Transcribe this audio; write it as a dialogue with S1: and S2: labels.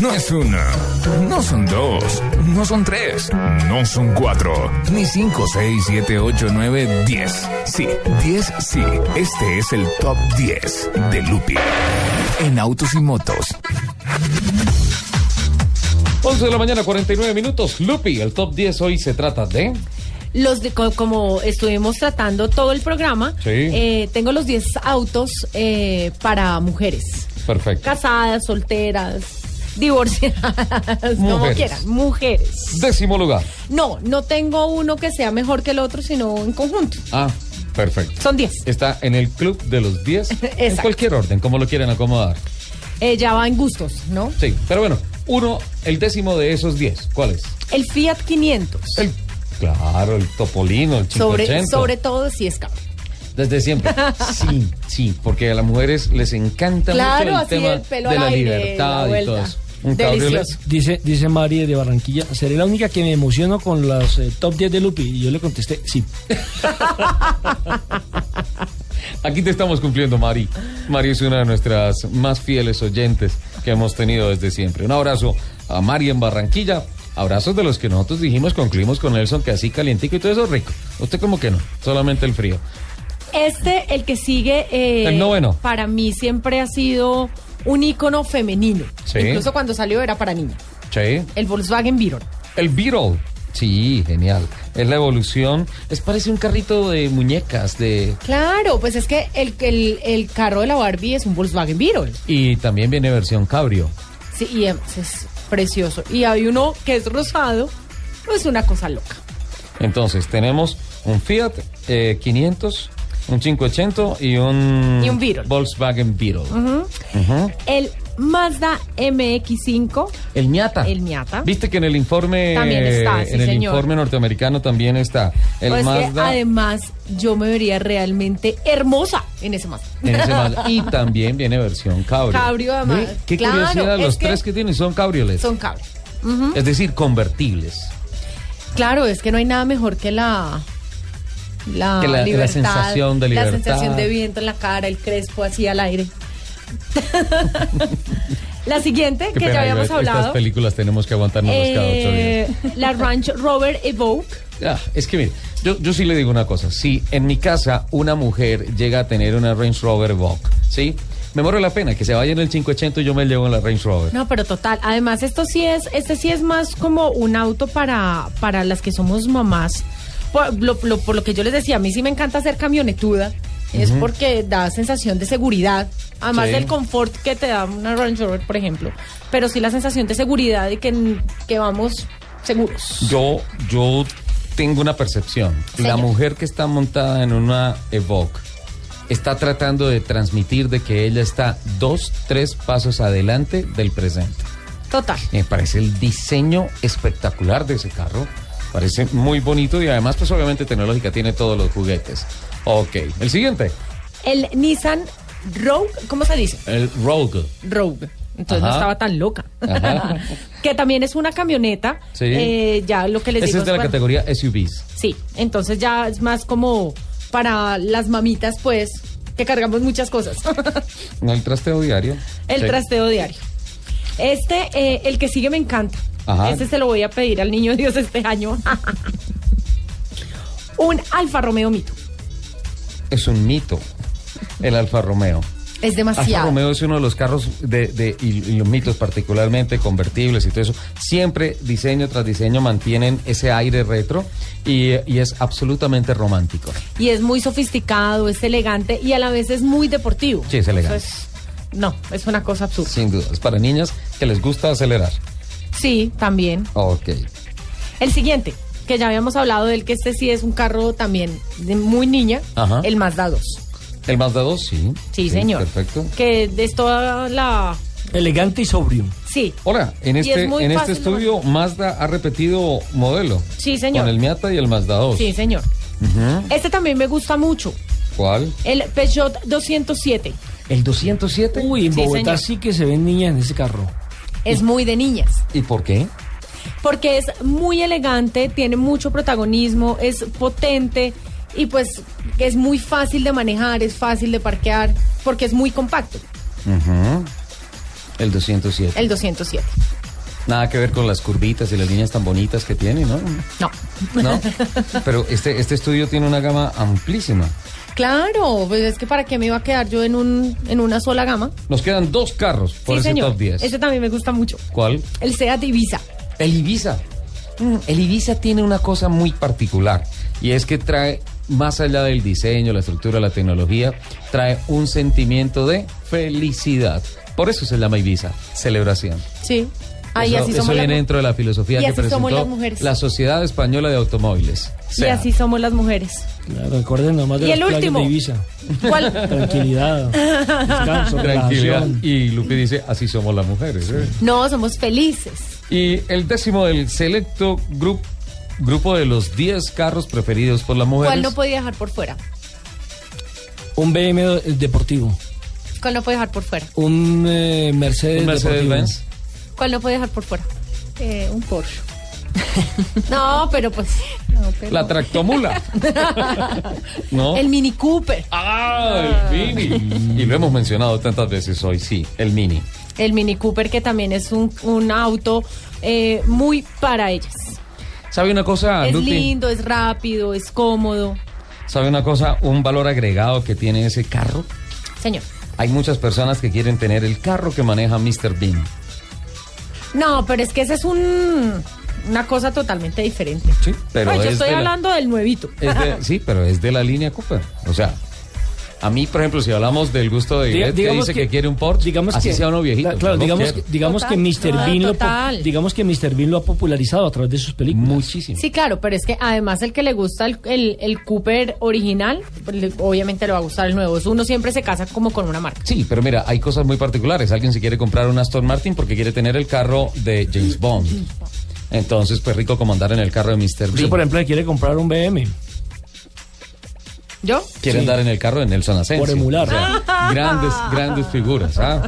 S1: No es una, no son dos, no son tres, no son cuatro, ni cinco, seis, siete, ocho, nueve, diez. Sí, diez, sí. Este es el top 10 de Lupi en autos y motos.
S2: 11 de la mañana, 49 minutos. Lupi, el top 10 hoy se trata de.
S3: los de- co- como estuvimos tratando todo el programa,
S2: Sí.
S3: eh, tengo los 10 autos eh, para mujeres.
S2: Perfecto.
S3: Casadas, solteras, divorciadas, como
S2: Mujeres.
S3: quieran, mujeres.
S2: Décimo lugar.
S3: No, no tengo uno que sea mejor que el otro, sino en conjunto.
S2: Ah, perfecto.
S3: Son 10.
S2: Está en el club de los 10. en
S3: Exacto.
S2: cualquier orden, como lo quieran acomodar.
S3: Eh, ya va en gustos, ¿no?
S2: Sí, pero bueno, uno, el décimo de esos 10. ¿Cuál es?
S3: El Fiat 500.
S2: El. Claro, el Topolino, el 580.
S3: sobre, sobre todo si es caro.
S2: Desde siempre. Sí, sí, porque a las mujeres les encanta
S3: Claro,
S2: mucho el
S3: así
S2: tema
S3: el pelo
S2: de
S3: al
S2: la
S3: aire,
S2: libertad
S3: la
S2: y todo
S3: vuelta.
S2: eso. Un cabriolet.
S3: Delicioso.
S4: Dice, dice Mari de Barranquilla, seré la única que me emociono con las eh, top 10 de Lupi. Y yo le contesté, sí.
S2: Aquí te estamos cumpliendo, Mari. Mari es una de nuestras más fieles oyentes que hemos tenido desde siempre. Un abrazo a Mari en Barranquilla. Abrazos de los que nosotros dijimos, concluimos con Nelson, que así calientico y todo eso rico. Usted como que no, solamente el frío.
S3: Este, el que sigue, eh,
S2: El noveno.
S3: para mí siempre ha sido un ícono femenino.
S2: Sí.
S3: Incluso cuando salió era para niña.
S2: Sí.
S3: El Volkswagen Viron.
S2: El Beetle. Sí, genial. Es la evolución. Es parece un carrito de muñecas, de...
S3: Claro, pues es que el, el- el carro de la Barbie es un Volkswagen Beetle.
S2: Y también viene versión cabrio.
S3: Sí, y además es precioso. Y hay uno que es rosado, pues una cosa loca.
S2: Entonces, tenemos un Fiat eh, 500, un 580 y un...
S3: Y un Beetle.
S2: Volkswagen Beetle. Ujú.
S3: El Mazda MX5,
S2: El ñata.
S3: El ñata.
S2: Viste que en el informe... eh,
S3: También está, sí,
S2: En el
S3: señor.
S2: informe norteamericano también está. El
S3: pues que
S2: Mazda...
S3: además yo me vería realmente hermosa en ese Mazda.
S2: en ese Mazda. Y también viene versión cabrio.
S3: Cabrio, además.
S2: Ve, Qué
S3: Claro,
S2: curiosidad,
S3: es
S2: los
S3: que-
S2: tres que tienen son cabriolets.
S3: Son cables.
S2: Es decir, convertibles.
S3: Claro, es que no hay nada mejor que la la,
S2: Que la- la
S3: libertad,
S2: sensación de
S3: la
S2: libertad.
S3: sensación de viento en la cara, el crespo así al aire. la siguiente
S2: Qué
S3: que
S2: pena,
S3: ya habíamos
S2: Ivette, Estas
S3: hablado,
S2: películas tenemos que aguantarnos los cada ocho días.
S3: eh, la Ranch Rover Evoque.
S2: Ah, es que mire, yo, yo sí le digo una cosa. Si en mi casa una mujer llega a tener una Range Rover Evoque, ¿sí? Me muero la pena que se vaya en el 580 y yo me llevo en la Range Rover.
S3: No, pero total. Además, esto sí es, este sí es más como un auto para, para las que somos mamás. Por lo, lo- por lo que yo les decía, a mí sí me encanta ser camionetuda. Es porque da sensación de seguridad, además
S2: Sí.
S3: del confort que te da una Range Rover, por ejemplo. Pero sí la sensación de seguridad y que, que vamos seguros.
S2: Yo, yo tengo una percepción. La
S3: Señor.
S2: mujer que está montada en una Evoque está tratando de transmitir de que ella está dos, tres pasos adelante del presente.
S3: Total.
S2: Me parece el diseño espectacular de ese carro. Parece muy bonito y además, pues obviamente tecnológica tiene todos los juguetes. Ok, el siguiente,
S3: El Nissan Rogue, ¿cómo se dice?
S2: el Rogue.
S3: Rogue. Entonces no
S2: Ajá.
S3: estaba tan loca.
S2: Ajá.
S3: que también es una camioneta.
S2: Sí.
S3: Eh, ya lo que les
S2: Ese
S3: digo
S2: es de la
S3: bueno,
S2: categoría SUVs.
S3: Sí, entonces ya es más como para las mamitas, pues, que cargamos muchas cosas.
S2: No el trasteo diario.
S3: el
S2: Sí.
S3: trasteo diario. Este, eh, el que sigue me encanta.
S2: Ajá.
S3: Este se lo voy a pedir al niño Dios este año. Un Alfa Romeo Mito.
S2: Es un mito. El Alfa Romeo.
S3: Es
S2: Alfa
S3: demasiado.
S2: Romeo es uno de los carros de, de- y, y los mitos particularmente convertibles y todo eso. Siempre diseño tras diseño mantienen ese aire retro y, y es absolutamente romántico.
S3: Y es muy sofisticado, es elegante y a la vez es muy deportivo.
S2: Sí, es elegante.
S3: Entonces, no, es una cosa absurda.
S2: Sin duda. Es para niñas que les gusta acelerar.
S3: Sí, también.
S2: Ok.
S3: El siguiente, que ya habíamos hablado del que este sí es un carro también de muy niña,
S2: Ajá.
S3: el Mazda 2.
S2: El Mazda 2, sí.
S3: Sí, señor.
S2: Perfecto.
S3: Que es toda la...
S4: Elegante y sobrio.
S3: Sí.
S2: Ahora, en
S3: Y es
S2: este,
S3: muy
S2: en este
S3: fácil de
S2: estudio, Mazda ha repetido modelo.
S3: Sí, señor.
S2: Con el Miata y el Mazda 2.
S3: Sí, señor.
S2: Ujú.
S3: Este también me gusta mucho.
S2: ¿Cuál?
S3: El Peugeot 207.
S2: El 207.
S4: Uy, en
S3: Sí,
S4: Bogotá
S3: señor.
S4: sí que se ven niñas en ese carro.
S2: Mm.
S3: Es muy de niñas.
S2: ¿Y por qué?
S3: Porque es muy elegante, tiene mucho protagonismo, es potente y pues es muy fácil de manejar, es fácil de parquear, porque es muy compacto.
S2: Ujú. El 207.
S3: El 207.
S2: Nada que ver con las curvitas y las líneas tan bonitas que tiene, ¿no?
S3: No.
S2: No. Pero este, este estudio tiene una gama amplísima.
S3: Claro, pues es que para qué me iba a quedar yo en un en una sola gama.
S2: Nos quedan dos carros por
S3: sí,
S2: ese
S3: señor.
S2: top 10.
S3: Este también me gusta mucho.
S2: ¿Cuál?
S3: El Seat Ibiza.
S2: El Ibiza. Mm, El Ibiza tiene una cosa muy particular y es que trae, más allá del diseño, la estructura, la tecnología, trae un sentimiento de felicidad. Por eso se llama Ibiza, celebración.
S3: Sí. Ahí
S2: eso
S3: así
S2: eso
S3: somos las
S2: viene
S3: mu-
S2: dentro de la filosofía
S3: Y
S2: que
S3: así somos las
S2: presentó
S3: mujeres.
S2: la Sociedad Española de Automóviles.
S3: Y
S2: SEAT.
S3: así somos las mujeres.
S4: Claro, recuerden nomás de
S3: Y
S4: las
S3: el
S4: playas
S3: último.
S4: de Ibiza.
S3: ¿Cuál?
S4: Tranquilidad, descanso,
S2: Tranquilidad.
S4: relajación.
S2: Y Lupi dice, así somos las mujeres. ¿eh?
S3: No, somos felices.
S2: Y el décimo del selecto grup- grupo de los 10 carros preferidos por las mujeres.
S3: ¿Cuál no podía dejar por fuera?
S4: Un BMW eh, deportivo,
S3: ¿Cuál no podía dejar por fuera?
S4: un eh, Mercedes,
S2: Un
S4: deportivo.
S2: Mercedes-Benz.
S3: ¿Cuál no podía dejar por fuera? Eh, un Porsche. no, pero pues. no, pero-
S2: La tractomula. ¿No?
S3: El Mini Cooper.
S2: Ah, el Mini. Y lo hemos mencionado tantas veces hoy, sí, el Mini.
S3: El Mini Cooper, que también es un, un auto eh, muy para ellas.
S2: ¿Sabe una cosa,
S3: es
S2: Lupi?
S3: lindo, es rápido, es cómodo.
S2: ¿Sabe una cosa? Un valor agregado que tiene ese carro.
S3: Señor.
S2: Hay muchas personas que quieren tener el carro que maneja Mr. Bean.
S3: No, pero es que esa es un, una cosa totalmente diferente.
S2: Sí, pero
S3: No, yo
S2: es
S3: estoy
S2: de la-
S3: hablando del nuevito.
S2: Es de- sí, pero es de la línea Cooper. O sea, a mí, por ejemplo, si hablamos del gusto de
S4: Diga-
S2: Ivette, que dice que, quiere un Porsche,
S4: digamos
S2: así
S4: que-
S2: sea uno viejito.
S4: la- claro,
S2: yo lo
S4: digamos,
S2: quiero.
S4: digamos
S3: Total,
S4: que Mr.
S3: no,
S4: Bean lo po-
S3: total.
S4: digamos que Mr. Bean lo ha popularizado a través de sus
S2: Mm,
S4: películas.
S2: Muchísimo.
S3: Sí, claro, pero es que además el que le gusta el, el- el Cooper original, pues, le- obviamente le va a gustar el nuevo. Uno siempre se casa como con una marca.
S2: Sí, pero mira, hay cosas muy particulares. Alguien se quiere comprar un Aston Martin porque quiere tener el carro de James Bond. Entonces, pues rico como andar en el carro de Mr.
S4: Usted,
S2: Bean.
S4: por em- ejemplo, quiere comprar un BM.
S3: ¿Yo?
S2: Quiere
S4: sí.
S2: andar en el carro de Nelson Asensio.
S4: Por emular.
S2: O sea, grandes, grandes figuras. ¿ah?